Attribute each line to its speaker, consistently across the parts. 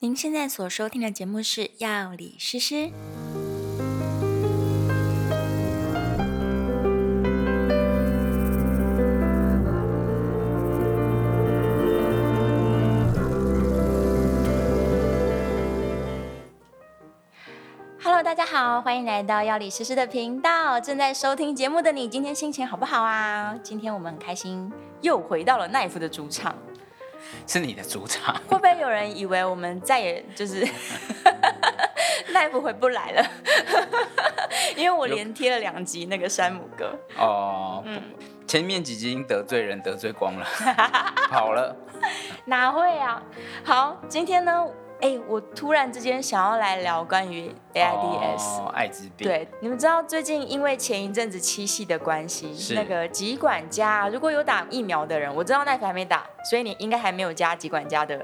Speaker 1: 您现在所收听的节目是《药理诗诗》。Hello，大家好，欢迎来到药理诗诗的频道。正在收听节目的你，今天心情好不好啊？今天我们很开心，又回到了奈夫的主场。
Speaker 2: 是你的主场。
Speaker 1: 会不会有人以为我们再也就是 live 回不来了？ 因为我连贴了两集那个山姆哥，
Speaker 2: 哦，
Speaker 1: 嗯
Speaker 2: 前面几集已经得罪人，得 罪光了，跑了。
Speaker 1: 哪会啊？好，今天呢，哎、我突然之间想要来聊关于 AIDS。
Speaker 2: 哦，艾滋病。，
Speaker 1: 对，你们知道最近因为前一阵子七夕的关系，
Speaker 2: 是
Speaker 1: 那个疾管家如果有打疫苗的人，我知道奈飞还没打，所以你应该还没有加疾管家的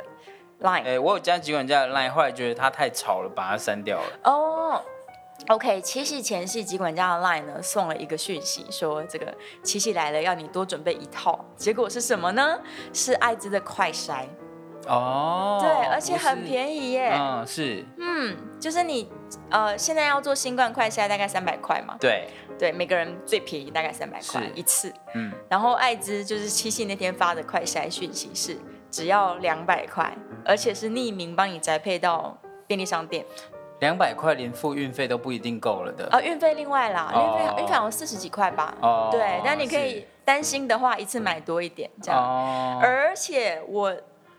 Speaker 1: line。
Speaker 2: 哎、我有加几管家的 line，后来觉得他太吵了，把他删掉了。
Speaker 1: 哦、o k 七夕前夕，疾管家的 LINE 呢送了一个讯息，说这个七夕来了，要你多准备一套。结果是什么呢？是艾滋的快筛，
Speaker 2: 哦，
Speaker 1: 对，而且很
Speaker 2: 宜。
Speaker 1: 便宜耶。
Speaker 2: 嗯，是，
Speaker 1: 嗯，就是你呃，现在要做新冠快筛大概三百块嘛，
Speaker 2: 对，
Speaker 1: 对，每个人最便宜大概三百块
Speaker 2: 是
Speaker 1: 一次。
Speaker 2: 嗯，
Speaker 1: 然后艾滋就是七夕那天发的快筛讯息是只要两百块，而且是匿名帮你宅配到便利商店。
Speaker 2: 两百块连付运费都不一定够了的。
Speaker 1: 啊，运费另外啦，运费
Speaker 2: 哦
Speaker 1: 运费好像四十几块吧。
Speaker 2: 哦
Speaker 1: 呃对，但你可
Speaker 2: 是
Speaker 1: 以担心的话，一次买多一点这样。
Speaker 2: 哦，
Speaker 1: 而且我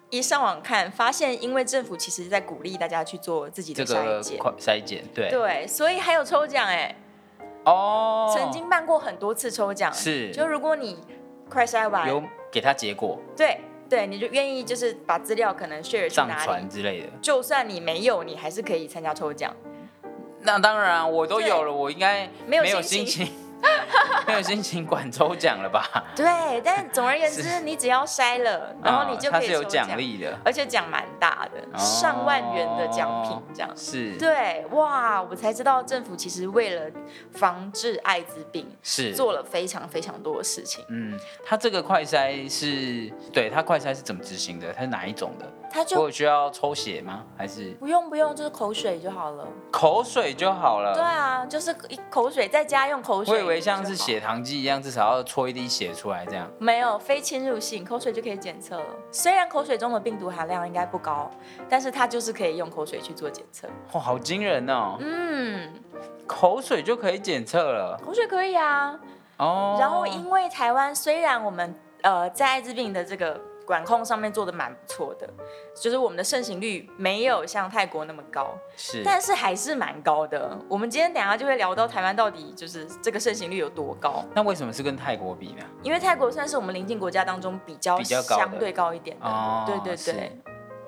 Speaker 1: 一上网看，发现因为政府其实在鼓励大家去做自己的
Speaker 2: 这
Speaker 1: 筛
Speaker 2: 个
Speaker 1: 检，
Speaker 2: 快筛检，对，
Speaker 1: 对，所以还有抽奖哎、
Speaker 2: 哦，
Speaker 1: 曾经办过很多次抽奖，
Speaker 2: 是
Speaker 1: 就如果你快筛完，
Speaker 2: 有给他结果
Speaker 1: 对对，你就愿意就是把资料可能 share 去
Speaker 2: 上
Speaker 1: 哪里
Speaker 2: 传，之类的。
Speaker 1: 就算你没有，你还是可以参加抽奖。
Speaker 2: 那当然啊，我都
Speaker 1: 对
Speaker 2: 有了，我应该
Speaker 1: 没有心
Speaker 2: 心情， 没有心情管抽奖了吧？
Speaker 1: 对，但总而言之，
Speaker 2: 是哦
Speaker 1: 你只要筛了， 然后你就
Speaker 2: 它
Speaker 1: 可以
Speaker 2: 啊是
Speaker 1: 抽
Speaker 2: 有
Speaker 1: 奖
Speaker 2: 奖。励的，
Speaker 1: 而且奖蛮大的，
Speaker 2: 哦
Speaker 1: 上万元的奖品这样。
Speaker 2: 是，
Speaker 1: 对，哇，我才知道政府其实为了防治艾滋病，
Speaker 2: 是，
Speaker 1: 做了非常非常多的事情。
Speaker 2: 嗯，它这个快筛是，对，它快筛是怎么执行的？它是哪一种的？
Speaker 1: 他
Speaker 2: 我
Speaker 1: 就
Speaker 2: 有需要抽血吗？还是
Speaker 1: 不用不用，就是口水就好了。
Speaker 2: 口水就好
Speaker 1: 对
Speaker 2: 了？
Speaker 1: 啊，就是一口水在家用口水。
Speaker 2: 我以为像是血。糖计一样，至少要搓一滴血出来这样。
Speaker 1: 没有非侵入性，口水就可以检测了。虽然口水中的病毒含量应该不高，但是它就是可以用口水去做检测。
Speaker 2: 哇、好惊人哦！
Speaker 1: 嗯，
Speaker 2: 口水就可以检测了
Speaker 1: 口水可以啊。
Speaker 2: 哦。
Speaker 1: 然后因为台湾虽然我们呃在艾滋病的这个管控上面做的蛮不错的，就是我们的盛行率没有像泰国那么高，
Speaker 2: 是，
Speaker 1: 但是还是蛮高的。我们今天等一下就会聊到台湾到底就是这个盛行率有多高，
Speaker 2: 那为什么是跟泰国比呢？
Speaker 1: 因为泰国算是我们邻近国家当中比较
Speaker 2: 比较高的
Speaker 1: 相对高一点的，
Speaker 2: 哦，
Speaker 1: 嗯对对
Speaker 2: 是
Speaker 1: 对。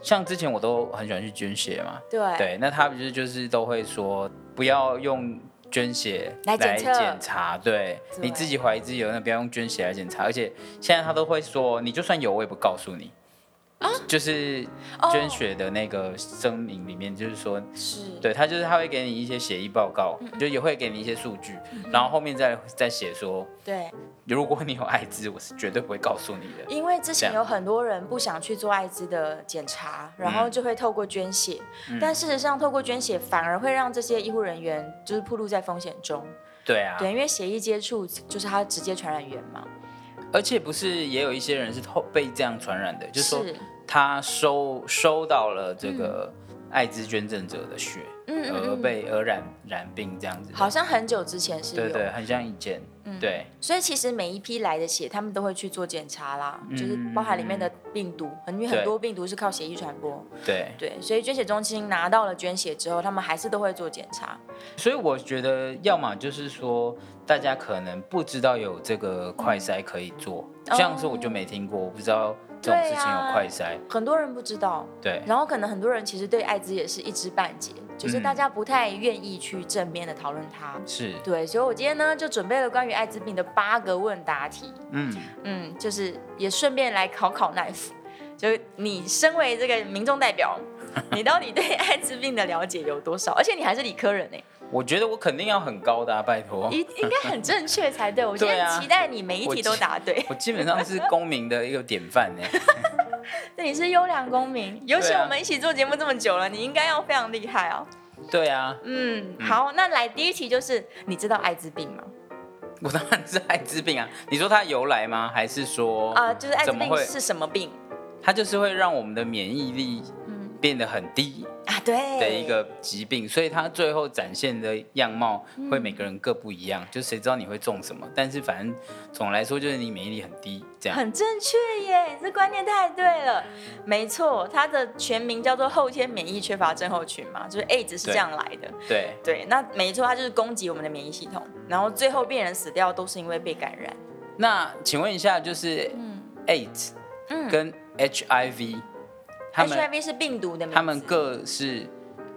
Speaker 2: 像之前我都很喜欢去捐血嘛，
Speaker 1: 对
Speaker 2: 对，那他不是就是都会说不要用捐血
Speaker 1: 来检测
Speaker 2: 检查，对
Speaker 1: 对
Speaker 2: 你自己怀疑自己有那不要用捐血来检查，而且现在他都会说你就算有我也不告诉你。
Speaker 1: 啊
Speaker 2: 就是捐血的那个声明里面，就是说，
Speaker 1: 哦是，
Speaker 2: 对他就是他会给你一些血议报告，
Speaker 1: 嗯
Speaker 2: 就也会给你一些数据，然后后面再再写说，
Speaker 1: 对，
Speaker 2: 如果你有艾滋，我是绝对不会告诉你的。
Speaker 1: 因为之前
Speaker 2: 这嗯
Speaker 1: 有很多人不想去做艾滋的检查，然后就会透过捐血，但事实上透过捐血反而会让这些医护人员就是暴露在风险中。
Speaker 2: 对啊，
Speaker 1: 对，因为血液接触就是它直接传染源嘛。
Speaker 2: 而且不是也有一些人是透被这样传染的，就是说
Speaker 1: 是
Speaker 2: 他收收到了这个艾滋捐赠者的血，
Speaker 1: 嗯嗯
Speaker 2: 而
Speaker 1: 嗯
Speaker 2: 呃被而染染病这样子的。
Speaker 1: 好像很久之前是有，嗯
Speaker 2: 对对，很像以前，对
Speaker 1: 所以其实每一批来的血，他们都会去做检查啦，
Speaker 2: 嗯
Speaker 1: 就是包含里面的病毒，很因为很
Speaker 2: 对
Speaker 1: 多病毒是靠血液传播，
Speaker 2: 对。
Speaker 1: 对，所以捐血中心拿到了捐血之后，他们还是都会做检查，
Speaker 2: 所以我觉得，要么就是说，大家可能不知道有这个快筛可以做，
Speaker 1: 哦
Speaker 2: 像是我就没听过，我不知道这种事情有快筛。
Speaker 1: 很多人不知道，
Speaker 2: 对
Speaker 1: 然后可能很多人其实对艾滋也是一知半解，就是
Speaker 2: 嗯
Speaker 1: 大家不太愿意去正面的讨论它。
Speaker 2: 是，
Speaker 1: 对，所以我今天呢就准备了关于艾滋病的八个问答题，
Speaker 2: 嗯，
Speaker 1: 嗯，就是也顺便来考考奈夫，就是你身为这个民众代 表，你到底对艾滋病的了解有多少？而且你还是理科人呢、
Speaker 2: 我觉得我肯定要很高的、啊，拜托
Speaker 1: 一。应该很正确才对。我今
Speaker 2: 对
Speaker 1: 天
Speaker 2: 啊
Speaker 1: 期待你每一
Speaker 2: 我
Speaker 1: 题都
Speaker 2: 记
Speaker 1: 答对。
Speaker 2: 我基本上是公民的一个典范呢。
Speaker 1: 对，你是优良公民，尤其
Speaker 2: 对啊
Speaker 1: 我们一起做节目这么久了，你应该要非常厉害哦。
Speaker 2: 对啊，
Speaker 1: 嗯，
Speaker 2: 嗯
Speaker 1: 好，那来第一题就是，你知道艾滋病吗？
Speaker 2: 我当然是艾滋病啊。你说它由来吗？还是说
Speaker 1: 啊、就是艾滋
Speaker 2: 哦怎么
Speaker 1: 病
Speaker 2: 会
Speaker 1: 是什么病？
Speaker 2: 它就是会让我们的免疫力
Speaker 1: 嗯
Speaker 2: 变得很低
Speaker 1: 啊，对
Speaker 2: 的一个疾病，所以它最后展现的样貌会每个人各不
Speaker 1: 嗯
Speaker 2: 一样，就谁知道你会中什么？但是反正总来说就是你免疫力很低，这样
Speaker 1: 很正确耶，这观念太对了。没错，它的全名叫做后天免疫缺乏症候群嘛，就是 AIDS 是
Speaker 2: 对
Speaker 1: 这样来的。
Speaker 2: 对
Speaker 1: 对，那没错，它就是攻击我们的免疫系统，然后最后病人死掉都是因为被感染。
Speaker 2: 那请问一下，就是
Speaker 1: 嗯
Speaker 2: AIDS
Speaker 1: 嗯
Speaker 2: 跟 HIV，他们
Speaker 1: ，HIV 是病毒的名字，
Speaker 2: 他们各是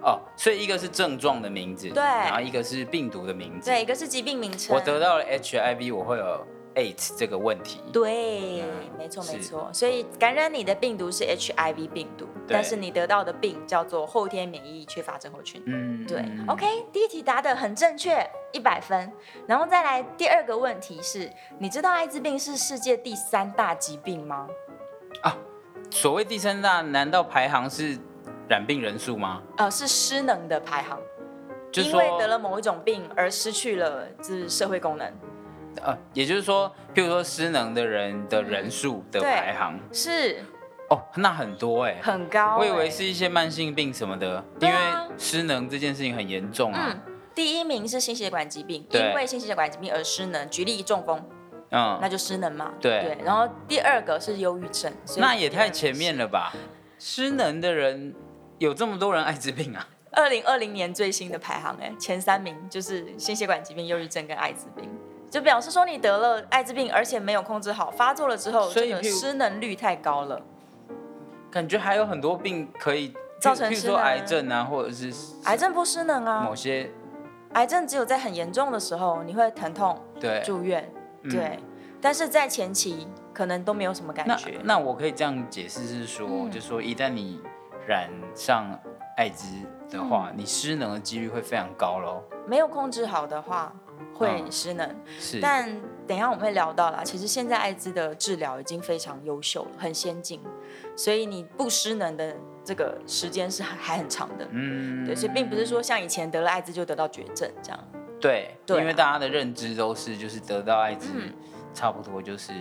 Speaker 2: 哦，所以一个是症状的名字，
Speaker 1: 对
Speaker 2: 然后一个是病毒的名字。
Speaker 1: 对一个是疾病名称。
Speaker 2: 我得到了 HIV，我会有 AIDS 这个问题。
Speaker 1: 对，
Speaker 2: 嗯
Speaker 1: 没错
Speaker 2: 是
Speaker 1: 没错，所以感染你的病毒是 HIV 病毒，但是你得到的病叫做后天免疫缺乏症候群。
Speaker 2: 嗯
Speaker 1: 对、
Speaker 2: 嗯
Speaker 1: o k 第一题答的很正确，一百分。然后再来第二个问题是，你知道艾滋病是世界第三大疾病吗？
Speaker 2: 所谓第三大，难道排行是染病人数吗？
Speaker 1: 呃，是失能的排行，
Speaker 2: 就是
Speaker 1: 因
Speaker 2: 说
Speaker 1: 为得了某一种病而失去了就是社会功能。
Speaker 2: 呃，也就是说，譬如说失能的人的人数的
Speaker 1: 嗯对
Speaker 2: 排行，
Speaker 1: 是
Speaker 2: 哦，那很多哎、
Speaker 1: 很高欸、
Speaker 2: 我以为是一些慢性病什么的，
Speaker 1: 对
Speaker 2: 因
Speaker 1: 啊
Speaker 2: 为失能这件事情很严重啊
Speaker 1: 嗯。，第一名是心血管疾病，
Speaker 2: 对
Speaker 1: 因为心血管疾病而失能，举例中风，
Speaker 2: 嗯，
Speaker 1: 那就失能嘛。
Speaker 2: 对
Speaker 1: 然后第二个是忧郁症，所以
Speaker 2: 那也太前面了吧？失能的人有这么多人艾滋病啊？
Speaker 1: 二零二零年最新的排行、哎，前三名就是心血管疾病、忧郁症跟艾滋病，就表示说你得了艾滋病，而且没有控制好，发作了之后，
Speaker 2: 所
Speaker 1: 这
Speaker 2: 以
Speaker 1: 个
Speaker 2: 譬如
Speaker 1: 失能率太高了。
Speaker 2: 感觉还有很多病可以
Speaker 1: 造成
Speaker 2: 譬如譬
Speaker 1: 失
Speaker 2: 如说
Speaker 1: 能啊
Speaker 2: 癌症啊，或者是
Speaker 1: 癌症不失能啊
Speaker 2: 某，些
Speaker 1: 癌症只有在很严重的时候你会疼痛
Speaker 2: 对。
Speaker 1: 住院，
Speaker 2: 嗯
Speaker 1: 对，但是在前期可能都没有什么感
Speaker 2: 那
Speaker 1: 觉。
Speaker 2: 那我可以这样解释是说，
Speaker 1: 嗯
Speaker 2: 就说一旦你染上艾滋的话，
Speaker 1: 嗯
Speaker 2: 你失能的几率会非常高喽。
Speaker 1: 没有控制好的话会
Speaker 2: 嗯
Speaker 1: 失能，
Speaker 2: 是，
Speaker 1: 但等一下我们会聊到啦。其实现在艾滋的治疗已经非常优秀了，很先进，所以你不失能的这个时间是还还很长的。
Speaker 2: 嗯，
Speaker 1: 对，所以并不是说像以前得了艾滋就得到绝症这样。
Speaker 2: 对，
Speaker 1: 对啊
Speaker 2: 因为大家的认知都是就是得到艾滋，
Speaker 1: 嗯
Speaker 2: 差不多就是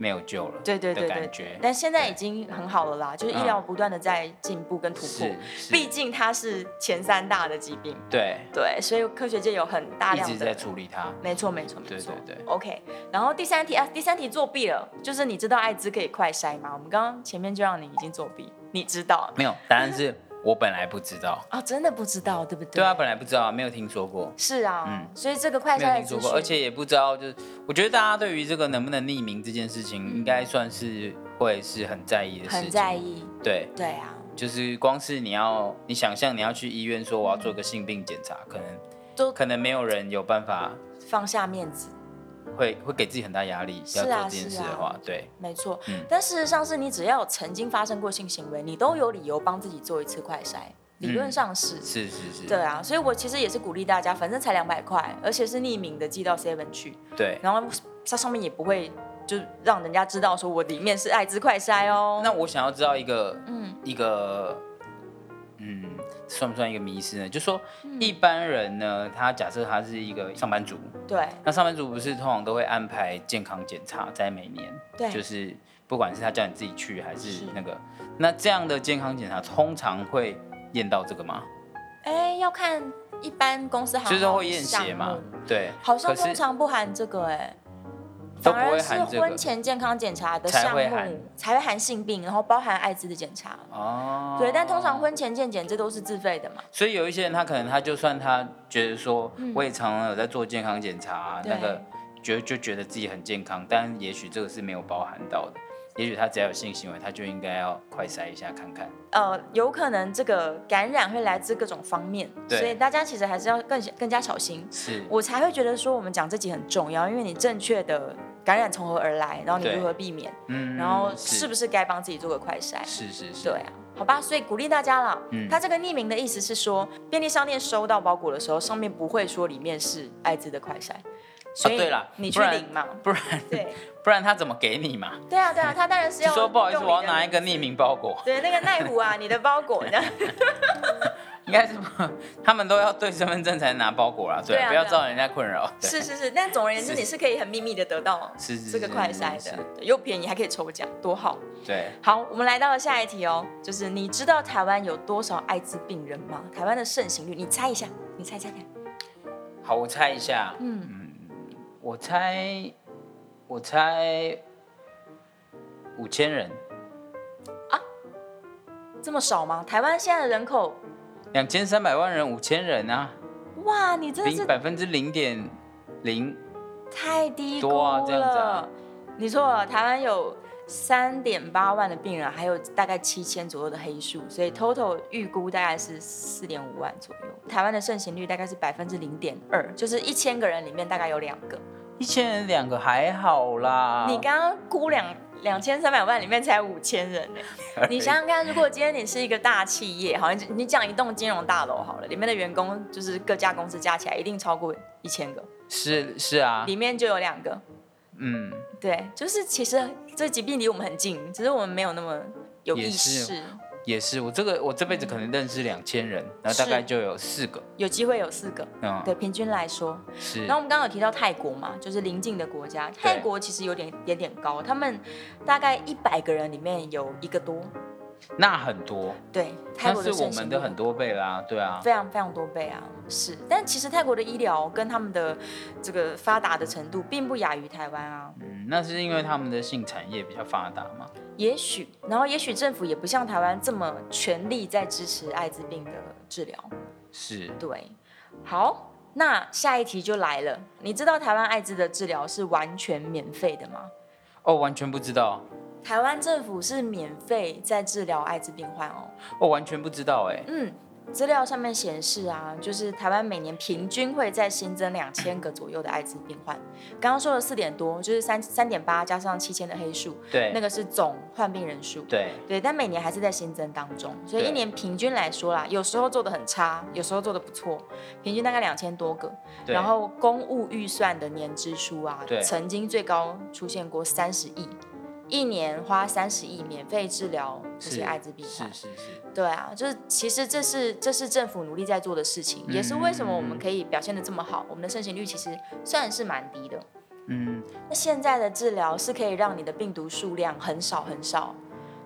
Speaker 2: 没有救了，
Speaker 1: 对对对
Speaker 2: 的
Speaker 1: 对
Speaker 2: 感觉。嗯
Speaker 1: 但现在已经很好了啦，就是医疗不断的在进步跟突破
Speaker 2: 是。是，
Speaker 1: 毕竟它是前三大的疾病，
Speaker 2: 对，
Speaker 1: 对，所以科学界有很大
Speaker 2: 一
Speaker 1: 量
Speaker 2: 直
Speaker 1: 的
Speaker 2: 在。处理它。
Speaker 1: 没错，没错，没
Speaker 2: 对
Speaker 1: 错。
Speaker 2: 对对
Speaker 1: OK，然后第三题啊，第三题作弊了，就是你知道艾滋可以快筛吗？我们刚刚前面就让你已经作弊，你知道
Speaker 2: 没有，答案是我本来不知道。
Speaker 1: 哦，真的不知道，对不对？
Speaker 2: 对啊，本来不知道，没有听说过，
Speaker 1: 是啊，
Speaker 2: 嗯
Speaker 1: 所以这个快
Speaker 2: 没
Speaker 1: 筛
Speaker 2: 有
Speaker 1: 的
Speaker 2: 听
Speaker 1: 资
Speaker 2: 说
Speaker 1: 讯
Speaker 2: 过，而且也不知道，就是我觉得大家对于这个能不能匿名这件事情，应该算是会是很在意的事情。
Speaker 1: 嗯很在。意，
Speaker 2: 对，
Speaker 1: 对啊，
Speaker 2: 就是光是你要，你想象你要去医院说我要做个性病检查，可能
Speaker 1: 都
Speaker 2: 可能没有人有办法
Speaker 1: 放下面子，
Speaker 2: 会会给自己很大压力，
Speaker 1: 是
Speaker 2: 要
Speaker 1: 啊
Speaker 2: 做这件事
Speaker 1: 是啊
Speaker 2: 的话，对，
Speaker 1: 没错。
Speaker 2: 嗯
Speaker 1: 但事实上是你只要有曾经发生过性行为，你都有理由帮自己做一次快
Speaker 2: 嗯
Speaker 1: 筛，理论上是。
Speaker 2: 是是是，
Speaker 1: 对啊，所以我其实也是鼓励大家，反正才两百块，而且是匿名的寄到 Seven 去，
Speaker 2: 对。
Speaker 1: 然后它上面也不会就让人家知道说我里面是艾滋快筛哦。
Speaker 2: 那我想要知道一个
Speaker 1: 嗯
Speaker 2: 一个，嗯，算不算一个迷失呢？就说
Speaker 1: 嗯
Speaker 2: 一般人呢，他假设他是一个上班族，
Speaker 1: 对
Speaker 2: 那上班族不是通常都会安排健康检查在每年，
Speaker 1: 对，
Speaker 2: 就是不管是他叫你自己去还是
Speaker 1: 是
Speaker 2: 那个，那这样的健康检查通常会验到这个吗？
Speaker 1: 哎、要看一般公司行
Speaker 2: 就是会验血嘛？对，
Speaker 1: 好像
Speaker 2: 可
Speaker 1: 通
Speaker 2: 是
Speaker 1: 常不含这个哎、
Speaker 2: 都
Speaker 1: 反
Speaker 2: 不会
Speaker 1: 而
Speaker 2: 含
Speaker 1: 是
Speaker 2: 这个
Speaker 1: 婚前健康检查的
Speaker 2: 才
Speaker 1: 项目
Speaker 2: 会含
Speaker 1: 才会含性病，然后包含艾滋的检查。
Speaker 2: 哦，
Speaker 1: 对，但通常婚前健检这都是自费的嘛。
Speaker 2: 所以有一些人，他可能他就算他觉得说，我也常常有在做健康检查、
Speaker 1: 嗯
Speaker 2: 啊
Speaker 1: 对
Speaker 2: 那个觉就觉得自己很健康，但也许这个是没有包含到的。也许他只要有性行为，他就应该要快筛一下看看。
Speaker 1: 呃，有可能这个感染会来自各种方面，
Speaker 2: 对
Speaker 1: 所以大家其实还是要更更加小心。
Speaker 2: 是，
Speaker 1: 我才会觉得说我们讲这集很重要，因为你正确的感染从何而来，然后你
Speaker 2: 对
Speaker 1: 如何避免，
Speaker 2: 嗯
Speaker 1: 然后是不
Speaker 2: 是
Speaker 1: 是该帮自己做个快筛？
Speaker 2: 是是是，
Speaker 1: 对啊，好吧，所以鼓励大家啦。
Speaker 2: 嗯
Speaker 1: 他这个匿名的意思是说，便利商店收到包裹的时候，上面不会说里面是艾滋的快筛，所以
Speaker 2: 啊对啦
Speaker 1: 你去
Speaker 2: 不然
Speaker 1: 领 嘛。
Speaker 2: 不然
Speaker 1: 对
Speaker 2: 不然他怎么给你嘛？
Speaker 1: 对啊对啊，他当然是
Speaker 2: 就
Speaker 1: 要
Speaker 2: 说不好意思，
Speaker 1: 用
Speaker 2: 我要
Speaker 1: 你的
Speaker 2: 拿一个
Speaker 1: 名字
Speaker 2: 匿。名包裹，
Speaker 1: 对，那个奈虎啊，你的包裹呢？
Speaker 2: 应该是他们都要对身份证才能拿包裹啦，对
Speaker 1: 对啊
Speaker 2: 不要
Speaker 1: 对啊
Speaker 2: 造成人家困扰。 对
Speaker 1: 是是是，但总而言之，
Speaker 2: 是
Speaker 1: 你是可以很秘密的得到
Speaker 2: 是是
Speaker 1: 这个
Speaker 2: 是
Speaker 1: 快
Speaker 2: 是
Speaker 1: 筛
Speaker 2: 是
Speaker 1: 的，对又便宜还可以抽奖，多好！
Speaker 2: 对，
Speaker 1: 好，我们来到了下一题哦，就是你知道台湾有多少艾滋病人吗？台湾的盛行率，你猜一下，你猜猜看。
Speaker 2: 好，我猜一下，
Speaker 1: 嗯，
Speaker 2: 我猜，我猜五千人，
Speaker 1: 这么少吗？台湾现在的人口，
Speaker 2: 两千三百万人，五千人啊，
Speaker 1: 哇，你真的
Speaker 2: 零
Speaker 1: 是
Speaker 2: 百分之零点零，
Speaker 1: 太低估
Speaker 2: 多啊这样子啊
Speaker 1: 了。你错了，台湾有三点八万的病人，还有大概七千左右的黑数，所以 total 预估大概是四点五万左右。台湾的盛行率大概是百分之零点二，就是一千个人里面大概有两个。
Speaker 2: 一千人两个还好啦。
Speaker 1: 你刚刚估两两千三百万里面才五千人呢、
Speaker 2: 哎
Speaker 1: 你想想看，如果今天你是一个大企业，好像你讲一栋金融大楼好了，里面的员工就是各家公司加起来一定超过一千个，
Speaker 2: 是是啊，
Speaker 1: 里面就有两个。
Speaker 2: 嗯，
Speaker 1: 对，就是其实这疾病离我们很近，只是我们没有那么有
Speaker 2: 也
Speaker 1: 意
Speaker 2: 是
Speaker 1: 识。
Speaker 2: 也是，我这个我这辈子可能认识两千人，然后大
Speaker 1: 是
Speaker 2: 概就有四个，
Speaker 1: 有机会有四个，
Speaker 2: 嗯，
Speaker 1: 对，平均来说。
Speaker 2: 是
Speaker 1: 然后我们刚刚有提到泰国嘛，就是邻近的国家，泰国其实有点有点高，他们大概一百个人里面有一个多。
Speaker 2: 那很多，
Speaker 1: 对，泰
Speaker 2: 那
Speaker 1: 国
Speaker 2: 是
Speaker 1: 的
Speaker 2: 我
Speaker 1: 盛行
Speaker 2: 们
Speaker 1: 率
Speaker 2: 的很多倍啦，对啊，
Speaker 1: 非常非常多倍啊，是。但其实泰国的医疗跟他们的这个发达的程度，并不亚于台湾啊。
Speaker 2: 嗯，那是因为他们的性产业比较发达嘛，
Speaker 1: 也许，然后也许政府也不像台湾这么全力在支持艾滋病的治疗。
Speaker 2: 是
Speaker 1: 对，好，那下一题就来了。你知道台湾艾滋的治疗是完全免费的吗？
Speaker 2: 哦，完全不知道，
Speaker 1: 台湾政府是免费在治疗艾滋病患哦。
Speaker 2: 哦，完全不知道哎、
Speaker 1: 嗯，资料上面显示啊，就是台湾每年平均会再新增两千个左右的艾滋病患。刚刚说的四点多，就是三三点八加上七千的黑数，
Speaker 2: 对，
Speaker 1: 那个是总患病人数。
Speaker 2: 对，
Speaker 1: 对，但每年还是在新增当中，所以
Speaker 2: 对
Speaker 1: 一年平均来说啦，有时候做的很差，有时候做的不错，平均大概两千多个。
Speaker 2: 对
Speaker 1: 然后公务预算的年支出啊
Speaker 2: 对，
Speaker 1: 曾经最高出现过三十亿，一年花三十亿免费治疗这
Speaker 2: 是
Speaker 1: 些艾滋病
Speaker 2: 是
Speaker 1: 患。
Speaker 2: 是是，
Speaker 1: 对啊，就是其实这是这是政府努力在做的事情，也是为什么我
Speaker 2: 嗯
Speaker 1: 们可以表现的这么好，我们的盛行率其实算是蛮低的。
Speaker 2: 嗯，
Speaker 1: 那现在的治疗是可以让你的病毒数量很少很少，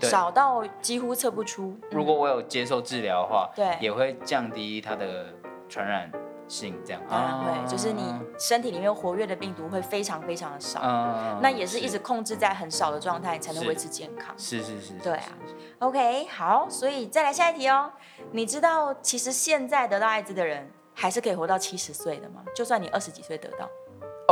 Speaker 2: 对
Speaker 1: 少到几乎测不出。嗯
Speaker 2: 如果我有接受治疗的话，
Speaker 1: 对
Speaker 2: 也会降低它的传染性，这样。
Speaker 1: 当然会，
Speaker 2: 啊
Speaker 1: 就是你身体里面活跃的病毒会非常非常的少，
Speaker 2: 嗯
Speaker 1: 那也是一直控制在很少的状态，你才能维持健康。
Speaker 2: 是是是，是
Speaker 1: 对啊
Speaker 2: 是是
Speaker 1: OK，好，所以再来下一题哦。你知道其实现在得到艾滋的人还是可以活到七十岁的吗？就算你二十几岁得到，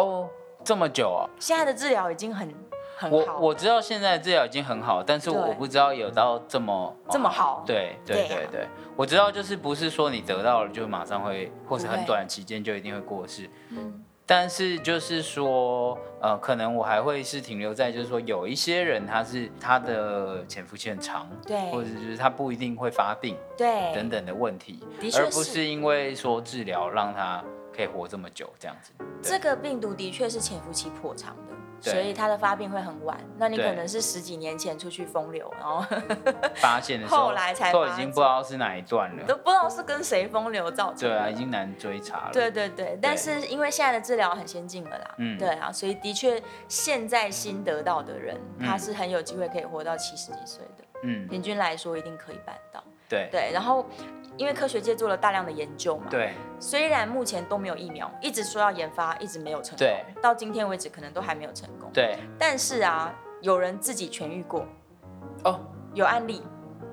Speaker 2: 哦，这么久哦，
Speaker 1: 现在的治疗已经很很好
Speaker 2: 我
Speaker 1: 了，
Speaker 2: 我知道现在治疗已经很好，但是
Speaker 1: 对
Speaker 2: 我不知道有到这么
Speaker 1: 这么好
Speaker 2: 对
Speaker 1: 对啊
Speaker 2: 对对对，我知道就是不是说你得到了就马上会，或是
Speaker 1: 不会
Speaker 2: 很短的期间就一定会过世。
Speaker 1: 嗯
Speaker 2: 但是就是说，呃，可能我还会是停留在，就是说有一些人他是他的潜伏期很长，
Speaker 1: 对
Speaker 2: 或者就是他不一定会发病
Speaker 1: 对，
Speaker 2: 等等的问题，
Speaker 1: 的确
Speaker 2: 而不
Speaker 1: 是
Speaker 2: 是因为说治疗让他可以活这么久这样 子。对
Speaker 1: 这个病毒的确是潜伏期颇长的。
Speaker 2: 对
Speaker 1: 所以它的发病会很晚，那你
Speaker 2: 对
Speaker 1: 可能是十几年前出去风流，然后
Speaker 2: 发现的时候，
Speaker 1: 后来才
Speaker 2: 都
Speaker 1: 发
Speaker 2: 已经
Speaker 1: 现
Speaker 2: 不知道是哪一段
Speaker 1: 都
Speaker 2: 了。
Speaker 1: 不知道是跟谁风流造成
Speaker 2: 对
Speaker 1: 的。
Speaker 2: 啊，已经难追查了。
Speaker 1: 对对对，但是因为现在的治疗很先进了啦，
Speaker 2: 嗯
Speaker 1: 对啊，所以的确现在新得到的人，
Speaker 2: 嗯
Speaker 1: 他是很有机会可以活到七十几岁的，
Speaker 2: 嗯，
Speaker 1: 平均来说一定可以办到。
Speaker 2: 对
Speaker 1: 对，然后因为科学界做了大量的研究嘛，，
Speaker 2: 对
Speaker 1: 虽然目前都没有疫苗，一直说要研发，一直没有成功
Speaker 2: 对，
Speaker 1: 到今天为止可能都还没有成功，
Speaker 2: 对
Speaker 1: 但是啊，有人自己痊愈过，
Speaker 2: 哦，
Speaker 1: 有案例。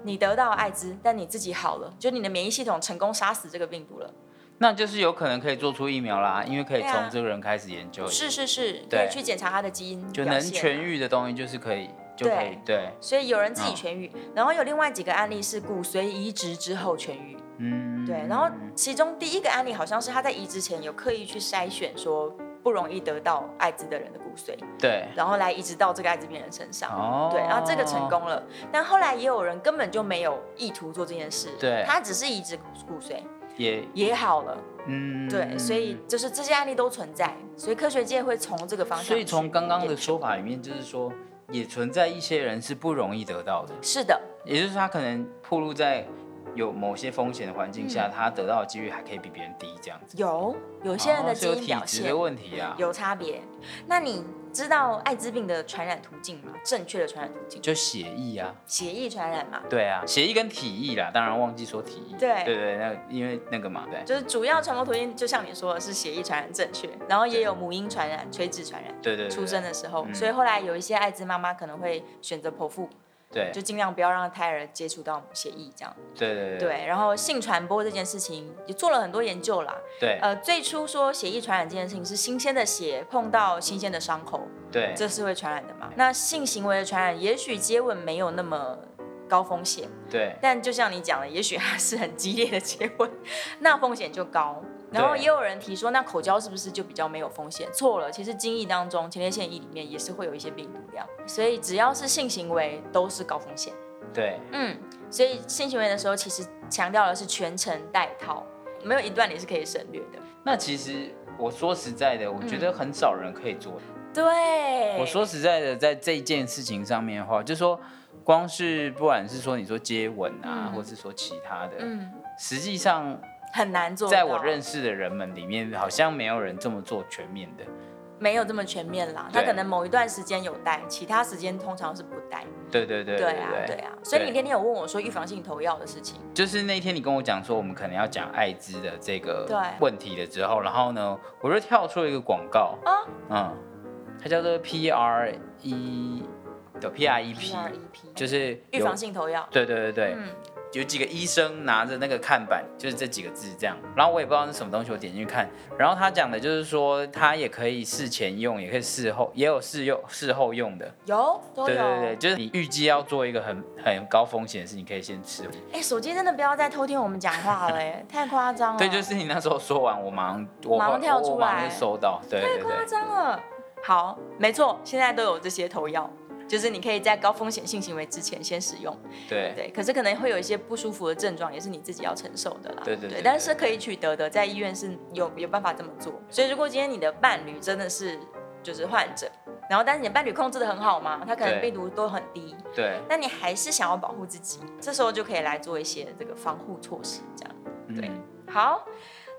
Speaker 1: 你得到艾滋，但你自己好了，就你的免疫系统成功杀死这个病毒了。
Speaker 2: 那就是有可能可以做出疫苗啦，因为可以
Speaker 1: 对啊
Speaker 2: 从这个人开始研究，
Speaker 1: 是是是，可
Speaker 2: 对
Speaker 1: 以去检查他的基因
Speaker 2: 就
Speaker 1: 表
Speaker 2: 能
Speaker 1: 现啊
Speaker 2: 痊愈的东西就是可以就可以对，
Speaker 1: 所以有人自己痊愈，
Speaker 2: 嗯
Speaker 1: 然后有另外几个案例是骨髓移植之后痊愈。
Speaker 2: 嗯，
Speaker 1: 对，然后其中第一个案例好像是他在移植前有刻意去筛选说不容易得到艾滋的人的骨髓，
Speaker 2: 对，
Speaker 1: 然后来移植到这个艾滋病人身上。
Speaker 2: 哦，
Speaker 1: 对，然后这个成，功了，但后来也有人根本就没有意图做这件事，
Speaker 2: 对
Speaker 1: 他只是移植骨髓，
Speaker 2: 也
Speaker 1: 也好了。
Speaker 2: 嗯，
Speaker 1: 对，所以就是这些案例都存在，所以科学界会从这个方向去
Speaker 2: 所
Speaker 1: 研
Speaker 2: 以
Speaker 1: 究。
Speaker 2: 从刚刚的说法里面，就是说也存在一些人是不容易得到的，
Speaker 1: 是的，
Speaker 2: 也就是他可能暴露在有某些风险的环境下，他得到的几率还可以比别人低，这样子。
Speaker 1: 有嗯有些人的
Speaker 2: 哦是
Speaker 1: 基
Speaker 2: 有
Speaker 1: 因
Speaker 2: 体
Speaker 1: 表
Speaker 2: 质
Speaker 1: 现
Speaker 2: 的问题啊，
Speaker 1: 有差别。那你知道艾滋病的传染途径吗？正确的传染途径，
Speaker 2: 就血液啊，
Speaker 1: 血液传染嘛，
Speaker 2: 对啊，血液跟体液啦，当然忘记说体液，
Speaker 1: 对
Speaker 2: 对对，那个因为那个嘛，对
Speaker 1: 就是主要传播途径，就像你说的是血液传染正确，然后也有母婴传染、垂直传染。
Speaker 2: 对对对，
Speaker 1: 出生的时候，
Speaker 2: 嗯
Speaker 1: 所以后来有一些艾滋妈妈可能会选择剖腹，
Speaker 2: 对
Speaker 1: 就尽量不要让胎儿接触到血液这样。
Speaker 2: 对对对
Speaker 1: 对，然后性传播这件事情也做了很多研究啦。
Speaker 2: 对
Speaker 1: 呃，最初说血液传染这件事情是新鲜的血碰到新鲜的伤口，
Speaker 2: 对
Speaker 1: 这是会传染的嘛？那性行为的传染，也许接吻没有那么高风险，
Speaker 2: 对
Speaker 1: 但就像你讲的，也许它是很激烈的接吻，那风险就高。然后
Speaker 2: 对
Speaker 1: 也有人提说，那口交是不是就比较没有风险？错了，其实精液当中前列腺液里面也是会有一些病毒量，所以只要是性行为都是高风险。
Speaker 2: 对
Speaker 1: 嗯，所以性行为的时候其实强调的是全程戴套，没有一段你是可以省略的。
Speaker 2: 那其实我说实在的，我觉得很少人可以做。
Speaker 1: 嗯对，
Speaker 2: 我说实在的，在这件事情上面的话，就说光是不管是说你说接吻啊，
Speaker 1: 嗯
Speaker 2: 或是说其他的，
Speaker 1: 嗯
Speaker 2: 实际上
Speaker 1: 很难做到，
Speaker 2: 在我认识的人们里面，好像没有人这么做全面的。
Speaker 1: 没有这么全面啦，他
Speaker 2: 对
Speaker 1: 可能某一段时间有戴，其他时间通常是不戴。
Speaker 2: 对对对
Speaker 1: 对啊，对
Speaker 2: 对，
Speaker 1: 啊，所以你那天有问我说预防性投药的事情，
Speaker 2: 就是那天你跟我讲说我们可能要讲艾滋的这个
Speaker 1: 对
Speaker 2: 问题的时候，然后呢，我就跳出了一个广告，
Speaker 1: 啊
Speaker 2: 嗯，它叫做 P R E 的 P R E P，
Speaker 1: PREP
Speaker 2: 就是
Speaker 1: 预
Speaker 2: 有
Speaker 1: 防性投药，
Speaker 2: 对对对对，
Speaker 1: 嗯
Speaker 2: 有几个医生拿着那个看板，就是这几个字这样。然后我也不知道是什么东西，我点进去看。然后他讲的就是说，它也可以事前用，也可以事后，也有事用事后用的。
Speaker 1: 哦有都
Speaker 2: 对
Speaker 1: 有。
Speaker 2: 对对，就是你预计要做一个很很高风险的事，你可以先吃。
Speaker 1: 哎，手机真的不要再偷听我们讲 话了，哎，太夸张了，
Speaker 2: 对，就是你那时候说完，我马上我
Speaker 1: 马上跳
Speaker 2: 我
Speaker 1: 出
Speaker 2: 我马
Speaker 1: 来
Speaker 2: 上就收到。对
Speaker 1: 太
Speaker 2: 对
Speaker 1: 夸
Speaker 2: 对，
Speaker 1: 张了。好，没错，现在都有这些投药，就是你可以在高风险性行为之前先使用，
Speaker 2: 对
Speaker 1: 对，可是可能会有一些不舒服的症状，也是你自己要承受的啦。
Speaker 2: 对对对
Speaker 1: 但是可以取得的，在医院是有有办法这么做。所以如果今天你的伴侣真的是就是患者，然后但是你的伴侣控制的很好嘛，他可能
Speaker 2: 对
Speaker 1: 病毒都很低，
Speaker 2: 对，
Speaker 1: 那你还是想要保护自己，这时候就可以来做一些这个防护措施，这样。对
Speaker 2: 嗯
Speaker 1: 好，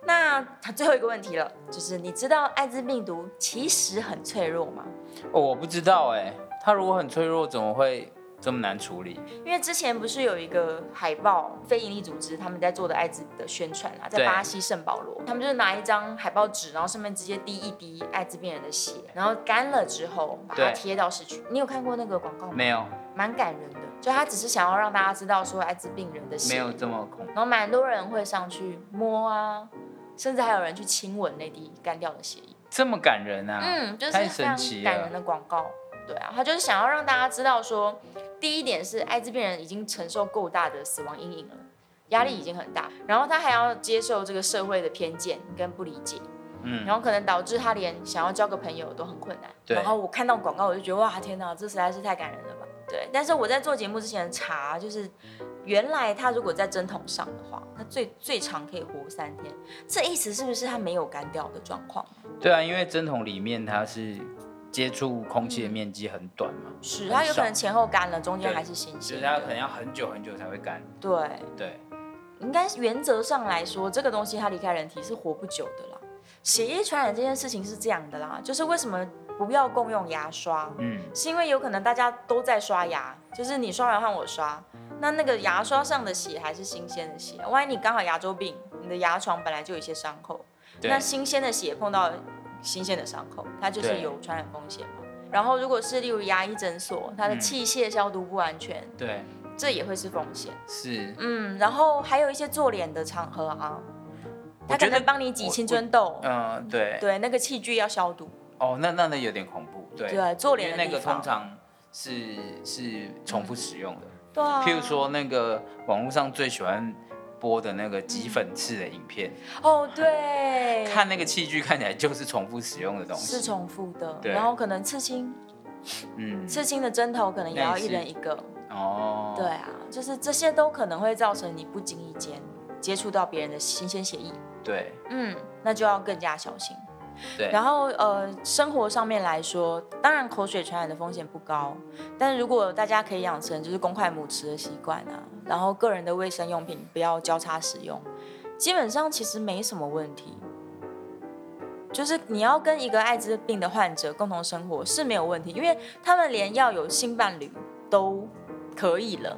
Speaker 1: 那最后一个问题了，就是你知道艾滋病毒其实很脆弱吗？
Speaker 2: 哦，我不知道哎、他如果很脆弱，怎么会这么难处理？
Speaker 1: 因为之前不是有一个海报，非营利组织他们在做的艾滋的宣传啊，在
Speaker 2: 对
Speaker 1: 巴西圣保罗，他们就是拿一张海报纸，然后上面直接滴一滴艾滋病人的血，然后干了之后把它
Speaker 2: 对
Speaker 1: 贴到市区。你有看过那个广告吗？
Speaker 2: 没有，
Speaker 1: 蛮感人的，就他只是想要让大家知道说艾滋病人的血，
Speaker 2: 没有这么恐。
Speaker 1: 然后蛮多人会上去摸啊，甚至还有人去亲吻那滴干掉的血液。
Speaker 2: 这么感人啊！
Speaker 1: 嗯，就是
Speaker 2: 太
Speaker 1: 非
Speaker 2: 神
Speaker 1: 常
Speaker 2: 奇
Speaker 1: 感
Speaker 2: 了
Speaker 1: 人的广告。对啊，他就是想要让大家知道说，第一点是艾滋病人已经承受够大的死亡阴影了，压力已经很
Speaker 2: 嗯
Speaker 1: 大，然后他还要接受这个社会的偏见跟不理解，
Speaker 2: 嗯
Speaker 1: 然后可能导致他连想要交个朋友都很困难。
Speaker 2: 对
Speaker 1: 然后我看到广告，我就觉得哇，天哪，这实在是太感人了吧？对。但是我在做节目之前查，就是原来他如果在针筒上的话，他最最长可以活三天，这意思是不是他没有干掉的状况？
Speaker 2: 对啊，因为针筒里面它是接触空气的面积很短嘛，
Speaker 1: 是，
Speaker 2: 很
Speaker 1: 它有可
Speaker 2: 少
Speaker 1: 能前后干了，中间
Speaker 2: 对
Speaker 1: 还是新
Speaker 2: 所
Speaker 1: 鲜
Speaker 2: 以它可
Speaker 1: 的。
Speaker 2: 能要很久很久才会干。
Speaker 1: 对，
Speaker 2: 对，
Speaker 1: 应该原则上来说，这个东西它离开人体是活不久的啦。血液传染这件事情是这样的啦，就是为什么不要共用牙刷，
Speaker 2: 嗯，
Speaker 1: 是因为有可能大家都在刷牙，就是你刷完换我刷，那那个牙刷上的血还是新鲜的血，万一你刚好牙周病，你的牙床本来就有一些伤口，
Speaker 2: 对
Speaker 1: 那新鲜的血碰到新鲜的伤口，它就是
Speaker 2: 对
Speaker 1: 有传染风险嘛。然后，如果是例如牙医诊所，它的
Speaker 2: 嗯
Speaker 1: 器械消毒不完全，
Speaker 2: 对，
Speaker 1: 这也会是风险。
Speaker 2: 是。
Speaker 1: 嗯，然后还有一些做脸的场合啊，他
Speaker 2: 我
Speaker 1: 可
Speaker 2: 觉
Speaker 1: 能
Speaker 2: 得，
Speaker 1: 帮你挤
Speaker 2: 我
Speaker 1: 青春痘，
Speaker 2: 嗯，对，
Speaker 1: 对，那个器具要消毒，
Speaker 2: 哦，那那那有点恐怖，对，
Speaker 1: 对，做
Speaker 2: 因为
Speaker 1: 脸的
Speaker 2: 那
Speaker 1: 地
Speaker 2: 个
Speaker 1: 方
Speaker 2: 通常是是重复使用的，
Speaker 1: 对啊，
Speaker 2: 譬如说那个网络上最喜欢播的那个挤粉刺的影片，
Speaker 1: 哦，对，
Speaker 2: 看那个器具看起来就是重复使用的东
Speaker 1: 是
Speaker 2: 西，
Speaker 1: 重复的，
Speaker 2: 对
Speaker 1: 然后可能刺青，
Speaker 2: 嗯，
Speaker 1: 刺青的针头可能也
Speaker 2: 那也
Speaker 1: 要一
Speaker 2: 是
Speaker 1: 人一个，
Speaker 2: 哦，
Speaker 1: 对啊，就是这些都可能会造成你不经意间接触到别人的新鲜血液，
Speaker 2: 对
Speaker 1: 嗯，那就要更加小心。
Speaker 2: 对，
Speaker 1: 然后呃，生活上面来说，当然口水传染的风险不高，但如果大家可以养成就是公筷母匙的习惯啊，然后个人的卫生用品不要交叉使用，基本上其实没什么问题。就是你要跟一个艾滋病的患者共同生活是没有问题，因为他们连要有性伴侣都可以了，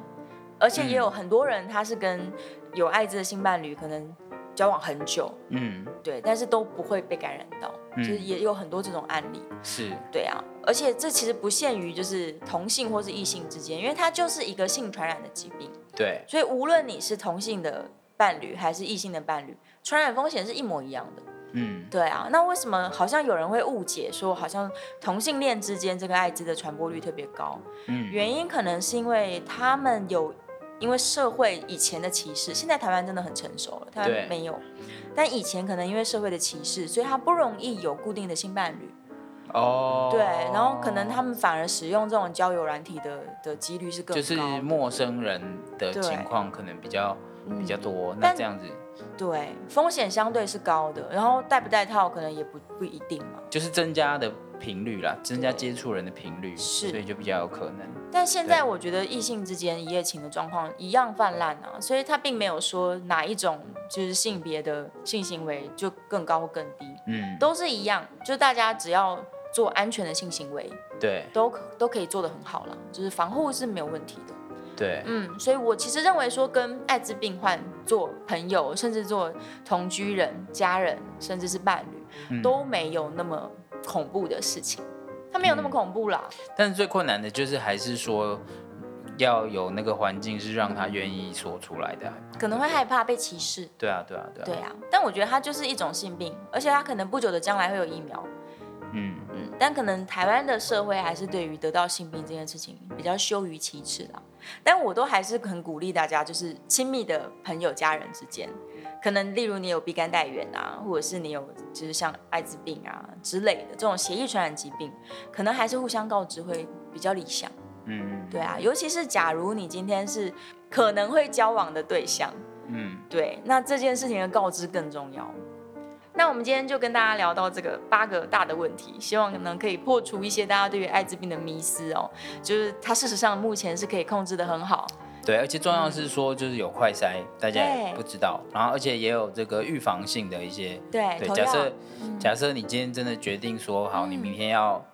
Speaker 1: 而且也有很多人他是跟有艾滋的性伴侣可能交往很久，
Speaker 2: 嗯
Speaker 1: 对，但是都不会被感染到，
Speaker 2: 嗯
Speaker 1: 就是也有很多这种案例，
Speaker 2: 是
Speaker 1: 对啊，而且这其实不限于就是同性或是异性之间，因为它就是一个性传染的疾病，
Speaker 2: 对
Speaker 1: 所以无论你是同性的伴侣还是异性的伴侣，传染风险是一模一样的。
Speaker 2: 嗯
Speaker 1: 对啊，那为什么好像有人会误解说，好像同性恋之间这个艾滋的传播率特别高？
Speaker 2: 嗯
Speaker 1: 原因可能是因为他们有，因为社会以前的歧视，现在台湾真的很成熟了，台
Speaker 2: 对
Speaker 1: 湾没有，但以前可能因为社会的歧视，所以他不容易有固定的性伴侣，
Speaker 2: 哦
Speaker 1: 对，然后可能他们反而使用这种交友软体的的几率是更高
Speaker 2: 就
Speaker 1: 的，
Speaker 2: 是陌生人的
Speaker 1: 对
Speaker 2: 情况可能比较比较多，那
Speaker 1: 但
Speaker 2: 这样子
Speaker 1: 对，风险相对是高的，然后戴不戴套可能也不不一定嘛。
Speaker 2: 就是增加的频率啦，增加
Speaker 1: 对
Speaker 2: 接触人的频率，
Speaker 1: 是
Speaker 2: 所以就比较有可能。
Speaker 1: 但现在
Speaker 2: 对
Speaker 1: 我觉得异性之间一夜情的状况一样泛滥啊，所以他并没有说哪一种就是性别的性行为就更高或更低，
Speaker 2: 嗯，
Speaker 1: 都是一样，就大家只要做安全的性行为，
Speaker 2: 对
Speaker 1: 都可都可以做得很好了，就是防护是没有问题的。
Speaker 2: 对，
Speaker 1: 嗯，所以我其实认为说跟艾滋病患做朋友，甚至做同居人、家人，甚至是伴
Speaker 2: 嗯
Speaker 1: 侣，都没有那么恐怖的事情，它没有
Speaker 2: 嗯
Speaker 1: 那么恐怖啦。
Speaker 2: 但是最困难的就是还是说要有那个环境是让他愿意说出来的。
Speaker 1: 可能会害怕被歧视，
Speaker 2: 对啊，对啊，对啊，
Speaker 1: 对啊，但我觉得它就是一种性病，而且它可能不久的将来会有疫苗。
Speaker 2: 嗯，
Speaker 1: 嗯，但可能台湾的社会还是对于得到性病这件事情比较羞于启齿啦。但我都还是很鼓励大家，就是亲密的朋友、家人之间，可能例如你有乙肝带源啊，或者是你有就是像艾滋病啊之类的这种血液传染疾病，可能还是互相告知会比较理想。
Speaker 2: 嗯，
Speaker 1: 对啊，尤其是假如你今天是可能会交往的对象，
Speaker 2: 嗯，
Speaker 1: 对，那这件事情的告知更重要。那我们今天就跟大家聊到这个八个大的问题，希望呢可以破除一些大家对于艾滋病的迷思哦。就是它事实上目前是可以控制的很好，
Speaker 2: 对，而且重要的是说，就是有快筛，大家也
Speaker 1: 对
Speaker 2: 不知道，然后而且也有这个预防性的一些，
Speaker 1: 对
Speaker 2: 对，
Speaker 1: 头
Speaker 2: 假
Speaker 1: 药嗯
Speaker 2: 设假设你今天真的决定说好，你明天要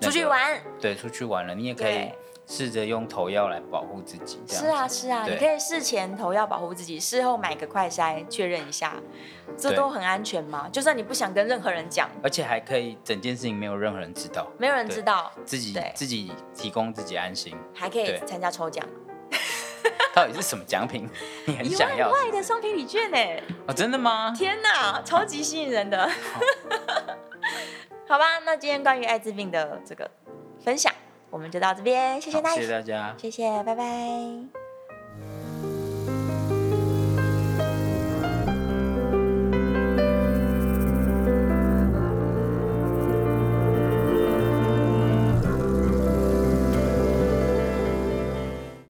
Speaker 2: 那
Speaker 1: 出去
Speaker 2: 个，
Speaker 1: 玩，
Speaker 2: 对，出去玩了，你也可以
Speaker 1: 对试
Speaker 2: 试着用头药来保护自己，这样
Speaker 1: 是啊是啊，
Speaker 2: 对
Speaker 1: 你可以事前投药保护自己，事后买个快筛确认一下，这都
Speaker 2: 对
Speaker 1: 很安全嘛。就算你不想跟任何人讲，
Speaker 2: 而且还可以整件事情没有任何人知道，
Speaker 1: 没有人
Speaker 2: 对
Speaker 1: 知道，
Speaker 2: 自己
Speaker 1: 对
Speaker 2: 自己提供自己安心，
Speaker 1: 还可以
Speaker 2: 对
Speaker 1: 参加抽奖，
Speaker 2: 到底是什么奖品？ 你很
Speaker 1: 一
Speaker 2: 想
Speaker 1: 万
Speaker 2: 要
Speaker 1: 块的商品礼券呢。
Speaker 2: 哦？真的吗？
Speaker 1: 天哪，超级吸引人的。 好吧，那今天关于艾滋病的这个分享，我们就到这边，谢谢
Speaker 2: 好
Speaker 1: 大
Speaker 2: 谢
Speaker 1: 家，
Speaker 2: 谢大家。
Speaker 1: 谢谢，拜拜。